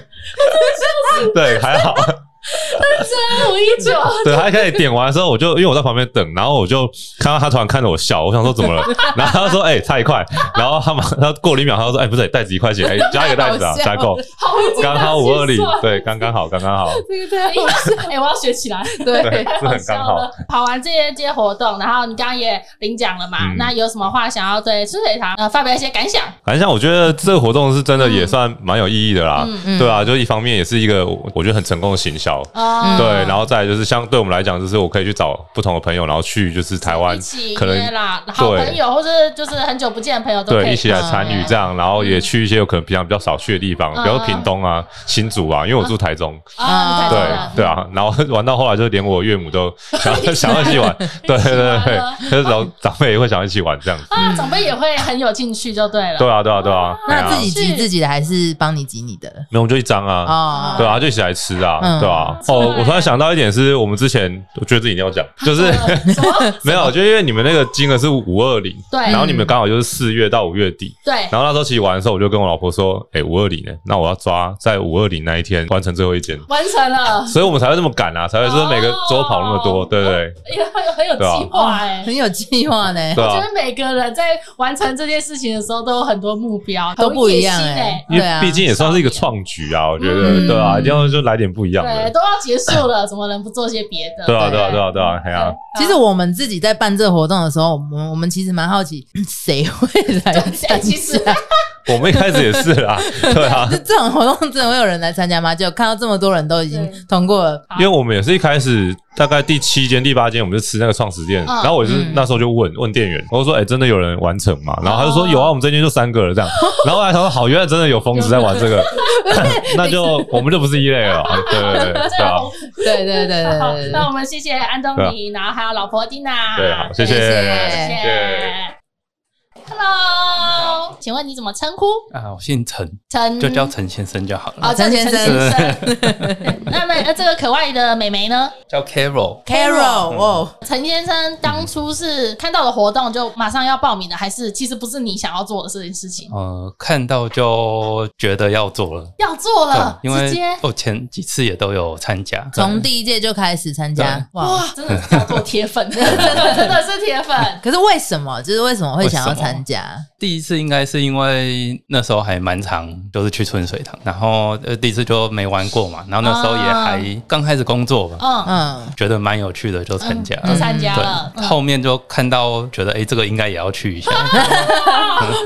C: 对，还好，
E: 真五一九，
C: 对，他一开始点完的时候，我就因为我在旁边等，然后我就看到他突然看着我笑，我想说怎么了，然后他说哎、差一块，然后他马他过了一秒，他就说哎、不对，袋子一块钱，哎、加一个袋子啊
G: 好，笑
C: 加购，
E: 好会精打
C: 刚好五二
E: 细
C: 零
E: 算，
C: 对，刚刚好，刚刚好，
G: 这个太好
E: [laughs] 哎、我要学起来。
G: 对，
E: 太
C: 这
E: 好
C: 很
E: 笑
C: 刚好
E: 了。。跑完这些这些活动，然后你刚刚也领奖了嘛？
C: 嗯
E: 那有什么话想要对春水堂呃发表一些感想？
C: 反正像我觉得这个活动是真的也算蛮有意义的啦，
E: 嗯
G: 嗯
C: 对啊，就一方面也是一个我我觉得很成功的行销。
G: 嗯
E: 哦，
C: 对，然后再来就是像对我们来讲，就是我可以去找不同的朋友，然后去就是台湾
E: 一起
C: 可
E: 约
C: 能
E: 啦，好朋友或者就是很久不见的朋友都可
C: 对，
E: 以
C: 一起来参与这样，然后也去一些有可能平常比较少去的地方，
E: 嗯
C: 比如屏东啊、新竹啊，因为我住台中，
E: 啊，
C: 对
E: 太好了
C: 对啊，然后 [laughs] 玩到后来就连我岳母
E: [laughs]
C: 都想要 [laughs] 想要一起玩，对对
E: 玩
C: 对
E: 了，
C: 就是老长辈也会想要一起玩这样子，
E: 啊，长辈也会很有兴趣就对了。
C: 嗯对啊对啊对
E: 哦
C: 啊，哎呀
G: 那自己集自己的还是帮你集你的？
C: 没有我们就一张啊。
G: 哦，
C: 对啊，就一起来吃啊，
G: 嗯
C: 对啊。
E: 出来
C: 哦，我突然想到一点是，我们之前我觉得自己一定要讲，就是
E: 呃 [laughs] 什
G: [laughs]
E: 么
C: [laughs] 没有，就因为你们那个金额是五二零，
E: 对
C: 然后你们刚好就是四月到五月底，
E: 对，
C: 然后那时候其实玩的时候，我就跟我老婆说：“哎、五二零呢？那我要抓在五二零那一天完成最后一间，
E: 完成了，
C: 所以我们才会这么赶啊，才会说每个周跑那么多，
E: 哦哦
C: 对不对？
E: 也很有很有
C: 对啊
E: 计划哎。
G: 很有计划呢。
C: 对
E: 我觉
C: 啊，
E: 得每个人在完成这件事情的时候，都有很多目标，
G: 都不一样
E: 很有野心哎
G: 哎。
C: 因
G: 对
C: 为
G: 啊
C: 毕竟也算是一个创举啊，我觉得，
G: 嗯
C: 对啊，一定要就来点不一样
E: 对，
C: 的，
E: 都要结束了， [laughs] 怎么能不做些别的？
C: 对啊，
E: 不
C: 对啊，对啊，对啊，哎呀、啊，
G: 其实我们自己在办这个活动的时候，我们我们其实蛮好奇嗯谁会来
E: [laughs] 哎
G: 参
E: 其
G: [laughs]
E: 实
G: 加。
C: 我们一开始也是啦，对啊
G: 就， [laughs] 这种活动真的会有人来参加吗？就看到这么多人都已
E: 对
G: 经通过了，
E: 好
C: 因为我们也是一开始大概第七间、第八间，我们就吃那个创始店，
E: 嗯
C: 然后我就是
G: 嗯
C: 那时候就问问店员，我就说：“哎、真的有人完成吗？”
E: 嗯
C: 然后他就说：“有啊，我们这间就三个了这样。”然后我还想说：“好，原来真的有疯子在玩这
E: [laughs]
C: 个，那就我们就不是一类了。”对对对，
E: [laughs]
C: 对
E: 真的
C: 啊
E: 好，
G: 对对对对对
E: 好
G: 对，对
E: 那我们谢谢安东尼，然后还有老婆蒂娜。
C: 对啊，谢
E: 谢
C: 谢，
E: 谢
G: 谢
E: 谢。Hello，请问你怎么称呼？
A: 啊，我姓陈，
E: 陈
A: 就叫陈先生就好了。
E: 哦，叫你陈
G: 陈
E: 先
G: 先生
E: 生。 [laughs] 那么呃这个可爱的美眉呢？
A: 嗯叫 Carol，
G: Carol，哦，
A: 嗯
E: 陈先生当初是看到了活动就马上要报名的，还是其实不是你想要做的这件事情？
A: 呃，看到就觉得要做了，
E: 要做了，
A: 对因
E: 呃直接
A: 为我前几次也都有参加，
G: 从第一届就开始参加，哇！
E: 哇，真的是 [laughs] 叫做铁粉，真的真的是铁粉。
G: 可是为什么？就是为什么会想要参加？
A: 第一次应该是因为那时候还蛮长，就是去春水堂，然后呃第一次就没玩过嘛，然后那时候也还
E: 啊
A: 刚开始工作吧，
E: 嗯，
G: 嗯， [laughs]
A: 觉得蛮有趣的，就参加了。
E: 就参加
A: 对
E: 了，，嗯
A: 后面就看到觉得哎、诶这个应该也要去一下，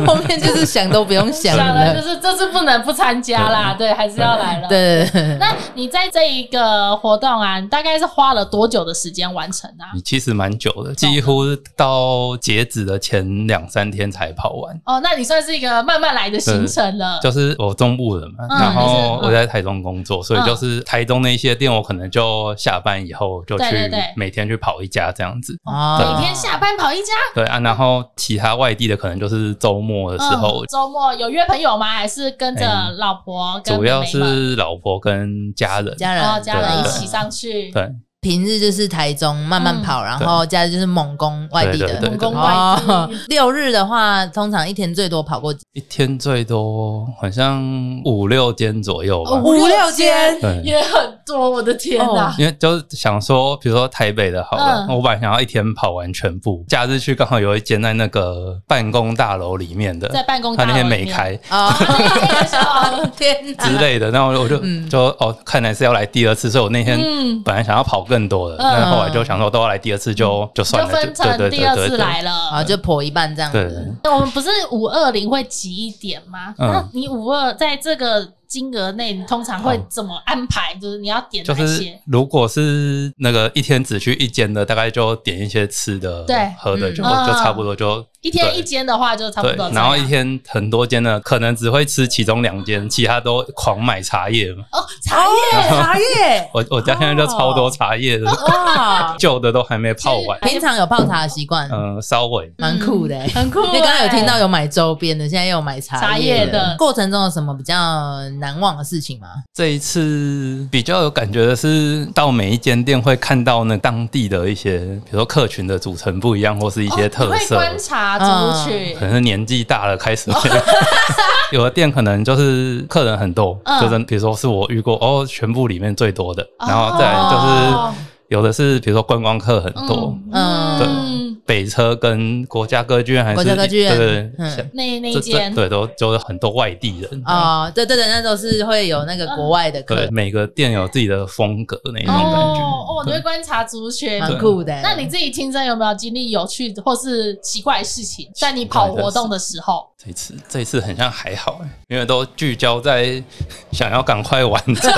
G: 后面就是想都不用想
E: 想了
G: 了
E: 就。是这次不能不参加啦，对，还是要来了。，
G: 对对对，
E: 那你在这一个活动啊，你大概是花了多久的时间完成啊？
A: 其实蛮久的，几乎到截止的前两三天才跑完。
E: 哦，那你算是一个慢慢来的行程了。
A: 就是我中部人嘛，
E: 嗯
A: 然后
E: 你是嗯嗯
A: 我在台中工作，所以就是台中那些店，我可能就下班以后就去
E: 对对对
A: 每天去跑一家这样子。
G: 哦
E: 每天下班跑一家，
A: 对啊，然后其他外地的可能就是周末的时候
E: 嗯，周末有约朋友吗？还是跟着
A: 哎
E: 老婆？跟
A: 主要
E: 妹妹们
A: 是老婆跟家人。
G: 家
E: 然后
G: 人
E: 哦家人一
A: 对
E: 起上去，
A: 对，
G: 平日就是台中慢慢跑，然后假日就是猛攻外
A: 嗯
G: 地
A: 对
G: 的
A: 对。对
E: 公
A: 对，
E: 外地
G: 哦，六日的话，通常一天最多跑过几
A: 一天最多好像五六间左右吧。
E: 哦五六间哦
A: 对
E: 也很多，我的天哪！
A: 因为就是想说，比如说台北的好了，
E: 嗯
A: 我本来想要一天跑完全部，假日去刚好有一间在那个办公大楼里面的，
E: 在办公大
A: 他
E: 楼
A: 那
E: 里
A: 天
E: 面
A: 没开
G: 哦， [laughs]
A: [laughs]
E: 哦
G: 天哪！
A: 之类的，那我我就
G: 嗯
A: 就哦，看来是要来第二次，所以我那天
E: 嗯，
A: 本来想要跑更多的，
E: 嗯
A: 但后来就想说都要来第二次，就就算
E: 就
A: 了，
E: 分
A: 对
E: 成
A: 对
E: 第
A: 对
E: 二
A: 对
E: 次
A: 对，
E: 来
G: 啊，
E: 了。
G: 就破一半这样
A: 对，
G: 子。
E: 那我们不是五二零会挤一点吗？
A: 嗯
E: 那你五二在这个金额内，你通常会怎么安排？就是你要点
A: 就
E: 哪
A: 是
E: 些？
A: 如果是那个一天只去一间的，大概就点一些吃的、
E: 对
A: 喝的，
G: 嗯
A: 就
E: 嗯
A: 就差不多就
E: 一天
A: 对
E: 一间的话，就差不
A: 对
E: 多这样。，
A: 然后一天很多间的，可能只会吃其中两
E: [laughs]
A: 间，其他都狂买茶叶嘛。
E: 哦，茶叶
G: 茶叶
A: 我我家现在就超多茶叶
E: 哦
A: 的，
G: 哇，
A: 旧的都还没泡完。
G: [laughs] 平常有泡茶的习惯，
A: 嗯，稍微
G: 蛮酷的欸。
E: 很酷欸，
G: 因为刚刚有听到有买周边的，现在又有买茶
E: 茶叶的
G: 过程中有什么比较难忘的事情吗？
A: 这一次比较有感觉的是，到每一间店会看到那当地的一些，比如说客群的组成不一样，或是一
E: 一
A: 些特色。嗯
E: 哦观察族群
A: 可。能是年纪大了开
E: [laughs]
A: 始会，有的店可能就是客人很多，
E: 嗯
A: 就是比如说是我遇过哦，全部里面最多的，
E: 哦
A: 然后再来就是有的是比如说观光客很多，
E: 哦
G: 嗯
A: 对，北车跟国家歌剧院还是
G: 国家歌剧院
A: 对对
G: 嗯
A: 对，
E: 那那一
A: 这这
E: 间
A: 对都就是很多外地人，
G: 哦，对对对，那都是会有那个国外的客
A: 对，每个店有自己的风格那一种感觉。
E: 哦哦，你会观察族群，
G: 蛮酷的欸。
E: 那你自己亲身有没有经历有趣的或是奇怪的事情？在你跑活动的时候，
A: 这一次这一次很像还好欸，因为都聚焦在想要赶快完
G: [laughs]
A: 成，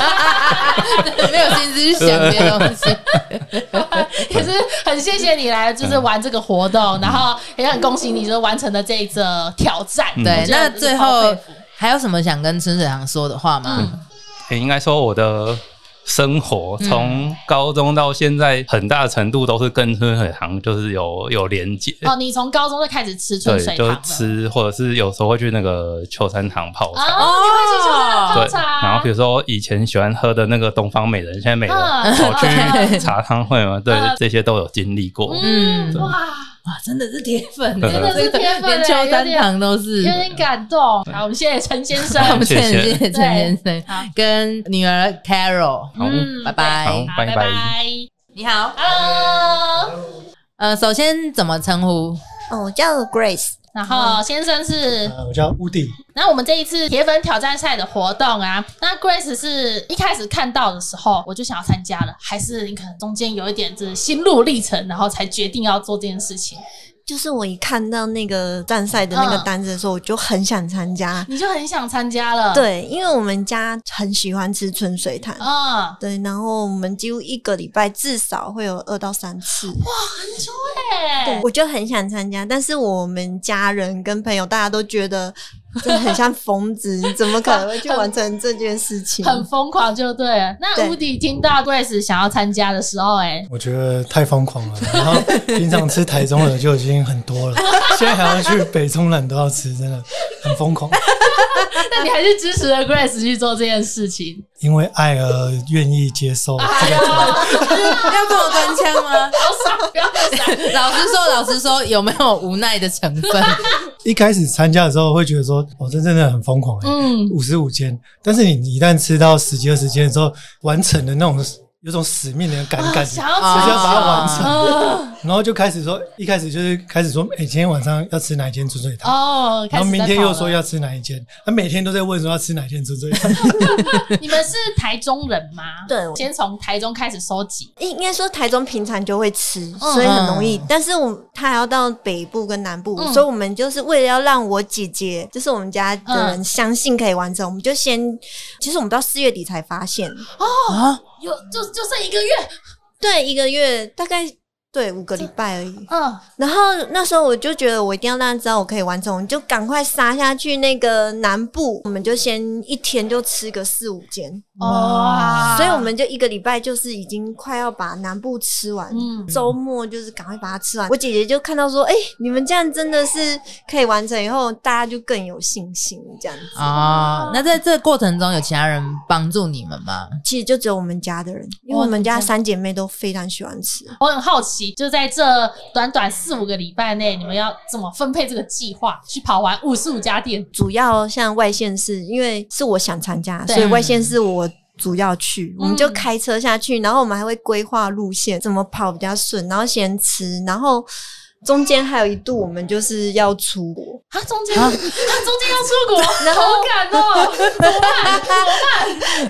G: 没有心思去想别的东西，
E: [laughs] 也是很谢谢你来，就是玩这个活动，然后也很恭喜你，就是完成了这一则挑战。
A: 嗯
G: 对
E: 我，觉得
G: 那
E: 我就是
G: 最
E: 超
G: 后
E: 佩服
G: 还有什么想跟春水堂说的话吗？
E: 嗯
A: 欸应该说我的生活
G: 嗯
A: 从高中到现在，很大程度都是跟春水堂就是有有连结。
E: 哦，你从高中就开始吃春水
A: 对，
E: 堂
A: 就是
E: 了。
A: 吃，或者是有时候会去那个秋山堂泡
E: 啊，
A: 茶。
E: 你会去秋山泡
A: 对，
E: 茶，
A: 然后比如说以前喜欢喝的那个东方美人，现在没了，
E: 嗯
A: 跑去
E: 嗯
A: 茶汤会嘛，对
E: 嗯，
A: 这些都有经历过。
E: 嗯，
A: 对
E: [laughs]
A: [laughs]
E: 哇，
G: 哇，真的是铁粉，
A: 真的
E: 是铁粉
G: 连
E: 欸
G: 秋
E: 有
G: 丹
E: 点
G: 堂都是
E: 有。点感动。好，我们谢谢陈先生，
G: 我们
A: 谢谢
G: 谢谢陈先生
E: 好
G: 跟女儿 Carol，
A: 好，
E: 嗯，
G: 拜拜
A: 好
E: 好，
A: [laughs] 拜
E: 拜拜
G: 你好。
E: ，Hello。
G: 呃，首先怎么称呼？
H: 哦，我叫 Grace，
E: 然后先生是，
F: 呃，我叫乌迪，
E: 那我们这一次铁粉挑战赛的活动啊，那 Grace 是一开始看到的时候我就想要参加了，还是你可能中间有一点就是心路历程，然后才决定要做这件事情，
H: 就是我一看到那个站赛的那个
E: 嗯
H: 单子的时候，我就很想参加。
E: 你就很想参加了，，
H: 对，因为我们家很喜欢吃春水潭，
E: 嗯，
H: 对，然后我们几乎一个礼拜至少会有二到三次。对，
E: 对，
H: 我就很想参加，但是我们家人跟朋友大家都觉得 [laughs] 真的很像疯子，你怎么可能会去完成这件事情？
E: 很疯狂就对了。那
H: 对
E: 吴迪听到 Grace 想要参加的时候、哎，
F: 我觉得太疯狂了。然后平常吃台中的就已经很
E: [laughs]
F: 多了，现在还要去北中南都要吃，真的很疯狂。
E: 那你还是支持了 Grace 去做这件事
H: [laughs]
E: 情，
F: 因为爱而愿意接
E: [laughs]
F: 受这个
G: 要跟我官腔吗？
E: 好爽，不要再想。
G: [laughs] 老实说，老实说，有没有无奈的成 [laughs] 分？
F: 一开始参加的时候会觉得说，哦，这真的很疯狂、欸，
E: 嗯
F: 五十五间。但是你一旦吃到十几二十间的时候，完成的那种有种使命的感感觉
E: 想，要
F: 我
E: 吃
F: 就要把它完成。
E: 哦
F: 然后就开始说，一开始就是开始说，哎、今天晚上要吃哪一间春水堂，
E: 哦，开
F: 然
E: 始
F: 后
E: 在
F: 明天
E: 跑
F: 又
E: 了
F: 说要吃哪一间，他、每天都在问说要吃哪一间春水堂。
E: [laughs] 你们是台中人吗？
H: 对
E: 先从台中开始收集。
H: 应该说台中平常就会吃，
E: 嗯
H: 所以很容易。但是我他还要到北部跟南部，
E: 嗯
H: 所以我们就是为了要让我姐姐，就是我们家的人相信可以完成，我们就先，其实我们到四月底才发现，
G: 啊，
E: 有就就剩一个月，
H: 对，一个月大概对五个礼拜而已。
E: 嗯，
H: 然后那时候我就觉得我一定要让他知道我可以完成，我们就赶快杀下去那个南部，我们就先一天就吃个四五间，
E: 哇，
H: 所以我们就一个礼拜就是已经快要把南部吃完。
E: 嗯，
H: 周末就是赶快把它吃完。我姐姐就看到说：“哎、你们这样真的是可以完成，以后大家就更有信心这样子。
G: 啊，那在这个过程中有其他人帮助你们吗？
H: 其实就只有我们家的人，因为
E: 哇
H: 我们家
E: 你家
H: 三姐妹都非常喜欢吃。
E: 我很好奇，就在这短短四五个礼拜内，你们要怎么分配这个计划去跑完五十五家店？
H: 主要像外县市，因为是我想参加，
E: 对
H: 所以外县市我主要去，我们就开车下去，然后我们还会规划路线，怎么跑比较顺，然后先吃，然后中间还有一度我们就是要出国，
E: 啊，中间啊，中间要出国，好感哦，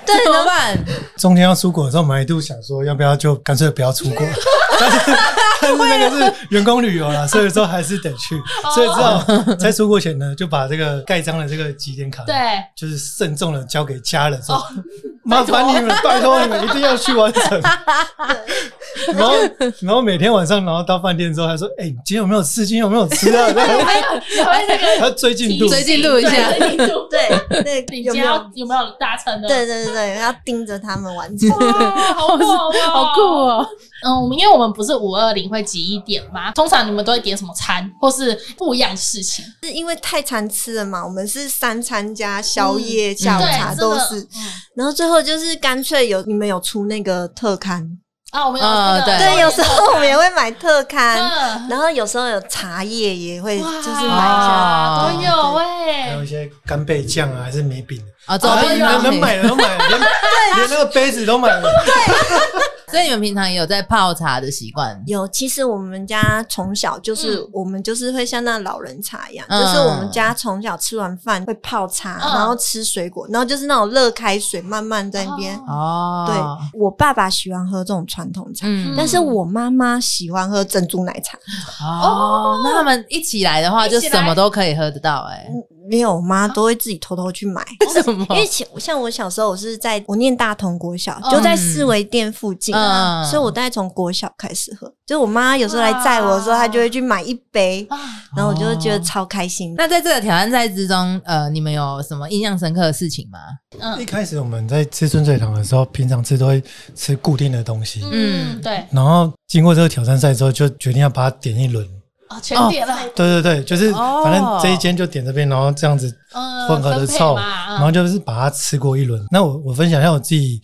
H: 对，
G: 怎
H: 然
G: 么
H: 后
G: 办？
F: [laughs] 中间要出国的时候，我们还一度想说，要不要就干脆不要出
E: [laughs]
F: 国？但是但是那个是员工旅游啦，
E: 啊
F: 所以说还是得去。
E: 哦
F: 所以只好在出国前呢，就把这个盖章的这个几点卡， [laughs]
E: 对，
F: 就是慎重的交给家人说， [laughs] 麻烦你们，拜托你们一定要去完成。 [laughs] 然后，然后每天晚上，然后到饭店之后，还说：“哎、你今天有没有吃？今天有没有吃啊？” [laughs]
E: 还有那个
F: 他追进度，
G: 追进度一下
E: 对，追进度
H: 对对，
E: 你今
H: 有没
E: 天要
H: 有？
E: 有没有达成的？
H: 对对对对，要盯着他们完成。
E: 哇，好酷哦，
G: [laughs] 好酷！哦！
E: 嗯，我们因为我们不是五二零会集一点嘛，通常你们都会点什么餐，或是不一样的事情？
H: 是因为太常吃了嘛，我们是三餐加宵夜、下午
E: 对
H: 茶都是，
E: 真的嗯
H: 然后最后就是干脆有你们有出那个特刊，
E: 啊，我们有
G: 呃
E: 那个
G: 对
H: 对，有时候我们也会买特刊，
E: 嗯，
H: 然后有时候有茶叶也会就是买一下，
E: 哇，都有
F: 还有
E: 哎
F: 一，些干贝酱啊，还是米饼，
G: 啊，周
F: 啊，
G: 边
F: 能
G: 商
F: 能
G: 品，
F: 买的都买了，连连那个杯子都买了。 [laughs]
G: 所以你们平常也有在泡茶的习惯。
H: 有，其实我们家从小就是、
E: 嗯
H: 我们就是会像那老人茶一样，
G: 嗯
H: 就是我们家从小吃完饭会泡茶，
E: 嗯
H: 然后吃水果，然后就是那种热开水慢慢在那边。
E: 哦
G: 哦，
H: 对我爸爸喜欢喝这种传统茶，
G: 嗯
H: 但是我妈妈喜欢喝珍珠奶茶。
G: 哦，那他们一起来的话，
E: 一起
G: 就
E: 来
G: 什么都可以喝得到，哎，
H: 没有，我妈都会自己偷偷去买。
G: 什么？
H: 哦因为其像我小时候，我是在我念大同国小，
E: 嗯
H: 就在四维店附近，啊
G: 嗯
H: 所以我大概从国小开始喝。就是我妈有时候来载我的时候，
E: 哇
H: 她就会去买一杯，
E: 啊，
H: 然后我就会觉得超开心。
G: [laughs] 那在这个挑战赛之中，呃，你们有什么印象深刻的事情吗？
F: 一开始我们在吃春水堂的时候，平常吃都会吃固定的东西，
E: 嗯，对，
F: 然后经过这个挑战赛之后，就决定要把它点一轮。
E: 哦，全点了，
F: 对对对，就是
G: 哦
F: 反正这一间就点这边，然后这样子
E: 嗯，
F: 混合的
E: 分配
F: 凑，
E: 嘛嗯
F: 然后就是把它吃过一轮。那我我分享一下我自己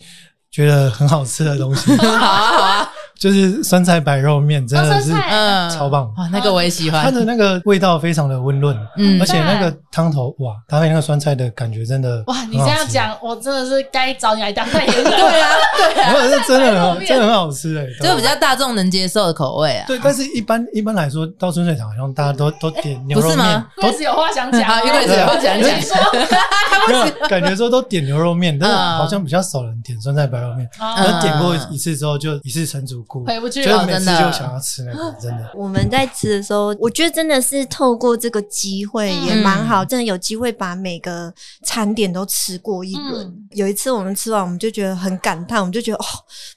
F: 觉得很好吃的东西，
E: [laughs]
G: 好啊，好啊，
F: [laughs] 就是酸菜白肉面，真的
E: 哦
F: 是
E: 酸菜
G: 嗯，
F: 超棒
G: 哇，那个我也喜
F: 它
G: 欢，
F: 的那个味道非常的温润，
G: 嗯
F: 而且那个汤头哇，搭配那个酸菜的感觉真的
E: 哇，你
F: 很好
E: 这样
F: 吃，
E: 讲，我真的是该找你来当代言人。对啊，[laughs]
F: 没有是真的很好
E: 白肉面
F: 真的很好吃哎，对
G: 就比较大众能接受的口味啊。
F: 对，但是一般一般来说，到春水堂好像大家都都
E: 哎
F: 点牛
G: 不
F: 肉
G: 是
F: 面
G: 吗，
F: 都
E: 贵子有话想讲
G: 啊，
E: 哦，
G: 玉桂子
F: 有
G: 要讲讲
E: 你，说，
F: 没有感觉说都点牛肉面，但是
G: 嗯
F: 好像比较少人点酸菜白肉面。
E: 哦
F: 我点过一次之后，就一次成主顾，
E: 回不去
F: 就
E: 了，
F: 每次
G: 哦真的
F: 就想要吃那个，真的。
H: 我们在吃的时候，我觉得真的是透过这个机会
E: 嗯
H: 也蛮好，真的有机会把每个餐点都吃过一轮。
E: 嗯
H: 有一次我们吃完，我们就觉得很感叹，我们就觉得哦，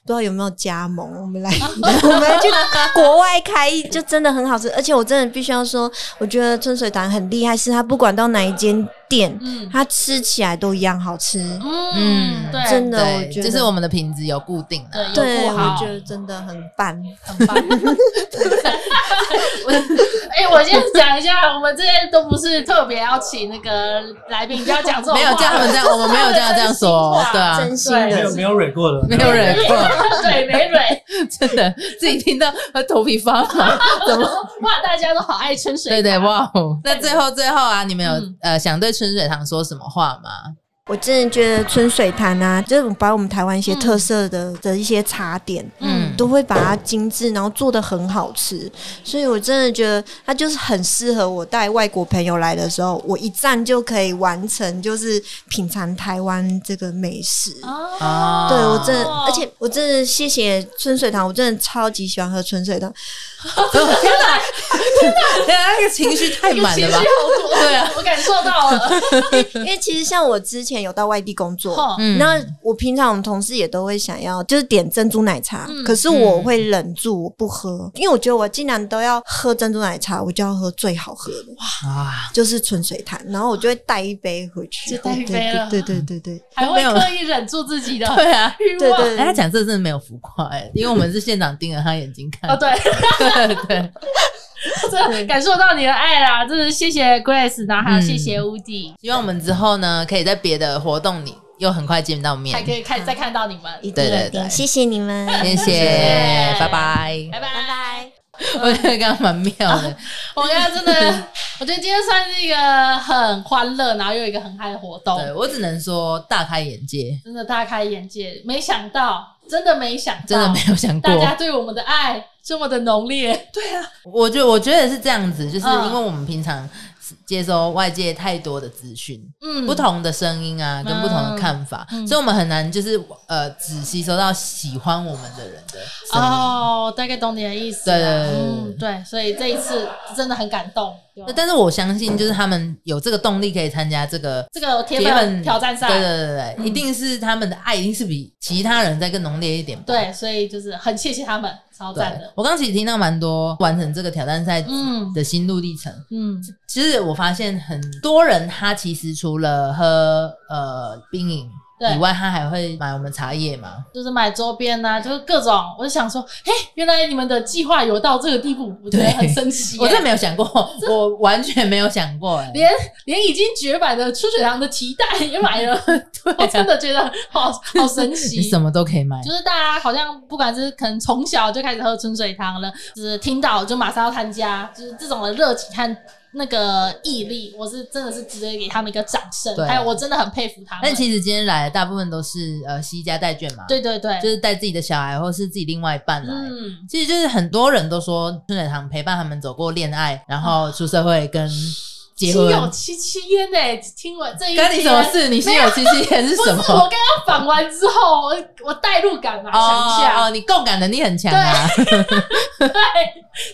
H: 不知道有没有加盟，我们来， [laughs] 我们来去国外开，就真的很好吃。而且我真的必须要说，我觉得春水堂很厉害，是它不管到哪一间店，
E: 嗯
H: 它吃起来都一样好吃。
E: 嗯，对，
H: 真的我
G: 对，
H: 觉得
G: 就是我们的品质有固定啊的。
E: 对，
H: 对，
E: 有顾好
H: 我觉得真的很棒。
E: 很棒。 [laughs] 哎、我先讲一下，我们这些都不是特别要请那个来宾，不要讲这种话，
G: 没有叫他们这样，我们没有叫他这样说，对啊，
H: [laughs] 真心
E: 对
F: [laughs] 没有
H: 的，
F: 没有蕊过的，
G: 没有人过， [laughs]
E: 对，没蕊
G: 真的自己听到呃头皮发
H: [laughs]
G: 麻，怎么？
E: 哇，大家都好爱春水，
G: 对对，哇哦！那最后最后啊，你们有
E: 嗯
G: 呃想对春水堂说什么话吗？
H: 我真的觉得春水堂啊，就是我们把我们台湾一些特色的、的一些茶点，
E: 嗯
H: 嗯，都会把它精致，然后做的很好吃。所以我真的觉得它就是很适合我带外国朋友来的时候，我一站就可以完成，就是品尝台湾这个美食。
E: 啊，
G: 啊
H: 对我真的，而且我真的谢谢春水堂，我真的超级喜欢喝春水堂。
G: 天哪，天哪， [laughs] 那个情绪太满了吧？
E: 对啊，我感受到了，
H: 因为其实像我之前有到外地工作，
E: 哼
G: 嗯
H: 那我平常我们同事也都会想要就是点珍珠奶茶，
E: 嗯
H: 可是
G: 嗯
H: 我会忍住我不喝，因为我觉得我既然都要喝珍珠奶茶，我就要喝最好喝的，
G: 啊，
H: 就是纯水潭，然后我就会带一杯回去，
E: 就带一杯了
H: 对对对对对
E: 还会刻意忍住自己的
G: [laughs] 对啊。
E: 欲
H: 对
E: 望。
H: 对
G: 哎，他
H: 对。
G: 讲这真的没有浮夸哎，因为我们是现场盯着他眼睛看
E: 哦，，对， [laughs]
G: 对 [laughs] 对，
E: 真的感受到你的爱啦！真的谢谢 Grace，然后还有
G: 嗯
E: 谢谢 Woody，
G: 希望我们之后呢，可以在别的活动里又很快见到面
E: 还。可以看再看到你们，
H: 一定
G: 对对
H: 一定
G: 对
H: 谢谢
E: [laughs]
H: 你们，
G: 谢谢，拜拜。
E: 拜
H: 拜
E: 拜。
H: 拜。
G: 我觉得刚刚蛮妙的，
E: 我刚刚真的，我觉得今天算是一个很欢乐，然后又一个很嗨的活
G: 对
E: 动，
G: 我只能说大开眼界，
E: 真的大开眼界，没想到，真的没想到，
G: 真的没有想过
E: 大。家对我们的爱这么的浓烈，
G: 我觉我觉得是这样子，就是
E: 嗯
G: 因为我们平常接收外界太多的资讯，
E: 嗯，
G: 不同的声音啊，跟不同的看法，
E: 嗯
G: 所以我们很难就是呃只吸收到喜欢我们的人的声音。
E: 哦，大概懂你的意思啦，
G: 对对对对
E: 嗯，对，所以这一次真的很感动，对吧
G: 那但是我相信，就是他们有这个动力可以参加这个
E: 这个铁粉挑战
G: 对
E: 赛，嗯
G: 对对对，一定是他们的爱一定是比其他人再更浓烈一点吧。
E: 对，所以就是很谢谢他们，超
G: 对
E: 赞的，
G: 我刚刚其实听到蛮多完成这个挑战赛
E: 嗯
G: 的心路历程。
E: 嗯，
G: 其实我发现很多人他其实除了喝呃冰饮
E: 对
G: 以外，他还会买我们茶叶嘛。
E: 就是买周边呐、就是各种，我就想说，嘿，原来你们的计划有到这个地步，我觉得
G: 对
E: 很神奇耶、
G: 我真的没有
E: [laughs]
G: 想过，我完全没有想过、哎，
E: 连连已经绝版的春水堂的提袋也买 [laughs] 了，我真的觉得好好神奇
G: 啊你。什么都可以买。
E: 就是大家好像不管是可能从小就开始喝春水堂了，就是听到就马上要参加，就是这种的热情和那个毅力，我是真的是值得给他们一个掌声。
G: 对
E: 还有我真的很佩服他们
G: 但。其实今天来的大部分都是呃西家带眷嘛，，
E: 对对对，
G: 就是带自己的小孩或是自己另外一半来。
E: 嗯，
G: 其实就是很多人都说春水堂陪伴他们走过恋爱，然后出社会跟结
E: 心
G: 婚，
E: 有戚戚焉呢，听完这一
G: 关你什么
E: 篇
G: 事？你心有戚戚焉是
E: 不
G: 什
E: 是，
G: 么？哦
E: 我刚刚访完之后，我我代入感嘛，想一
G: 哦
E: 下，
G: 哦，你共感能力很强啊！
E: 对，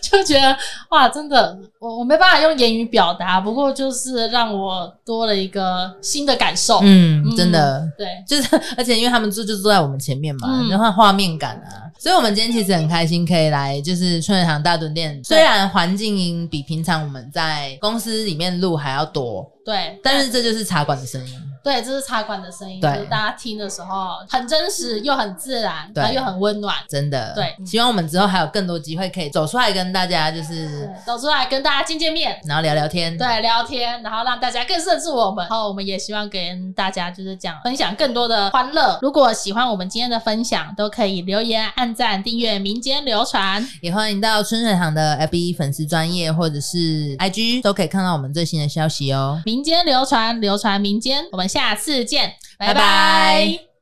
E: 就觉得哇，真的，我我没办法用言语表达，不过就是让我多了一个新的感受，
G: [laughs] 嗯，真的。
E: 对，
G: 就是，而且因为他们坐就坐在我们前面嘛，
E: 嗯
G: 然后画面感啊，所以我们今天其实很开心，可以来就是春水堂大墩店。虽然环境音比平常我们在公司里面录还要多，
E: 对，
G: 但是这就是茶馆的声音。
E: 对，这是茶馆的声音，就
G: 对
E: 是大家听的时候很真实，又很自然，
G: 对
E: 然后又很温暖。
G: 真的，
E: 对
G: 希望我们之后还有更多机会可以走出来跟大家就是
E: 对，走出来跟大家见见面，
G: 然后聊聊天，
E: 对，聊天，然后让大家更认识我们。然后我们也希望跟大家就是讲分享更多的欢乐。如果喜欢我们今天的分享，都可以留言、按赞、订阅《民间流传》。
G: 也欢迎到春水堂的 FB 粉丝专业或者是 IG 都可以看到我们最新的消息哦。
E: 民间流传，流传民间。我们下次见，拜拜
G: 拜拜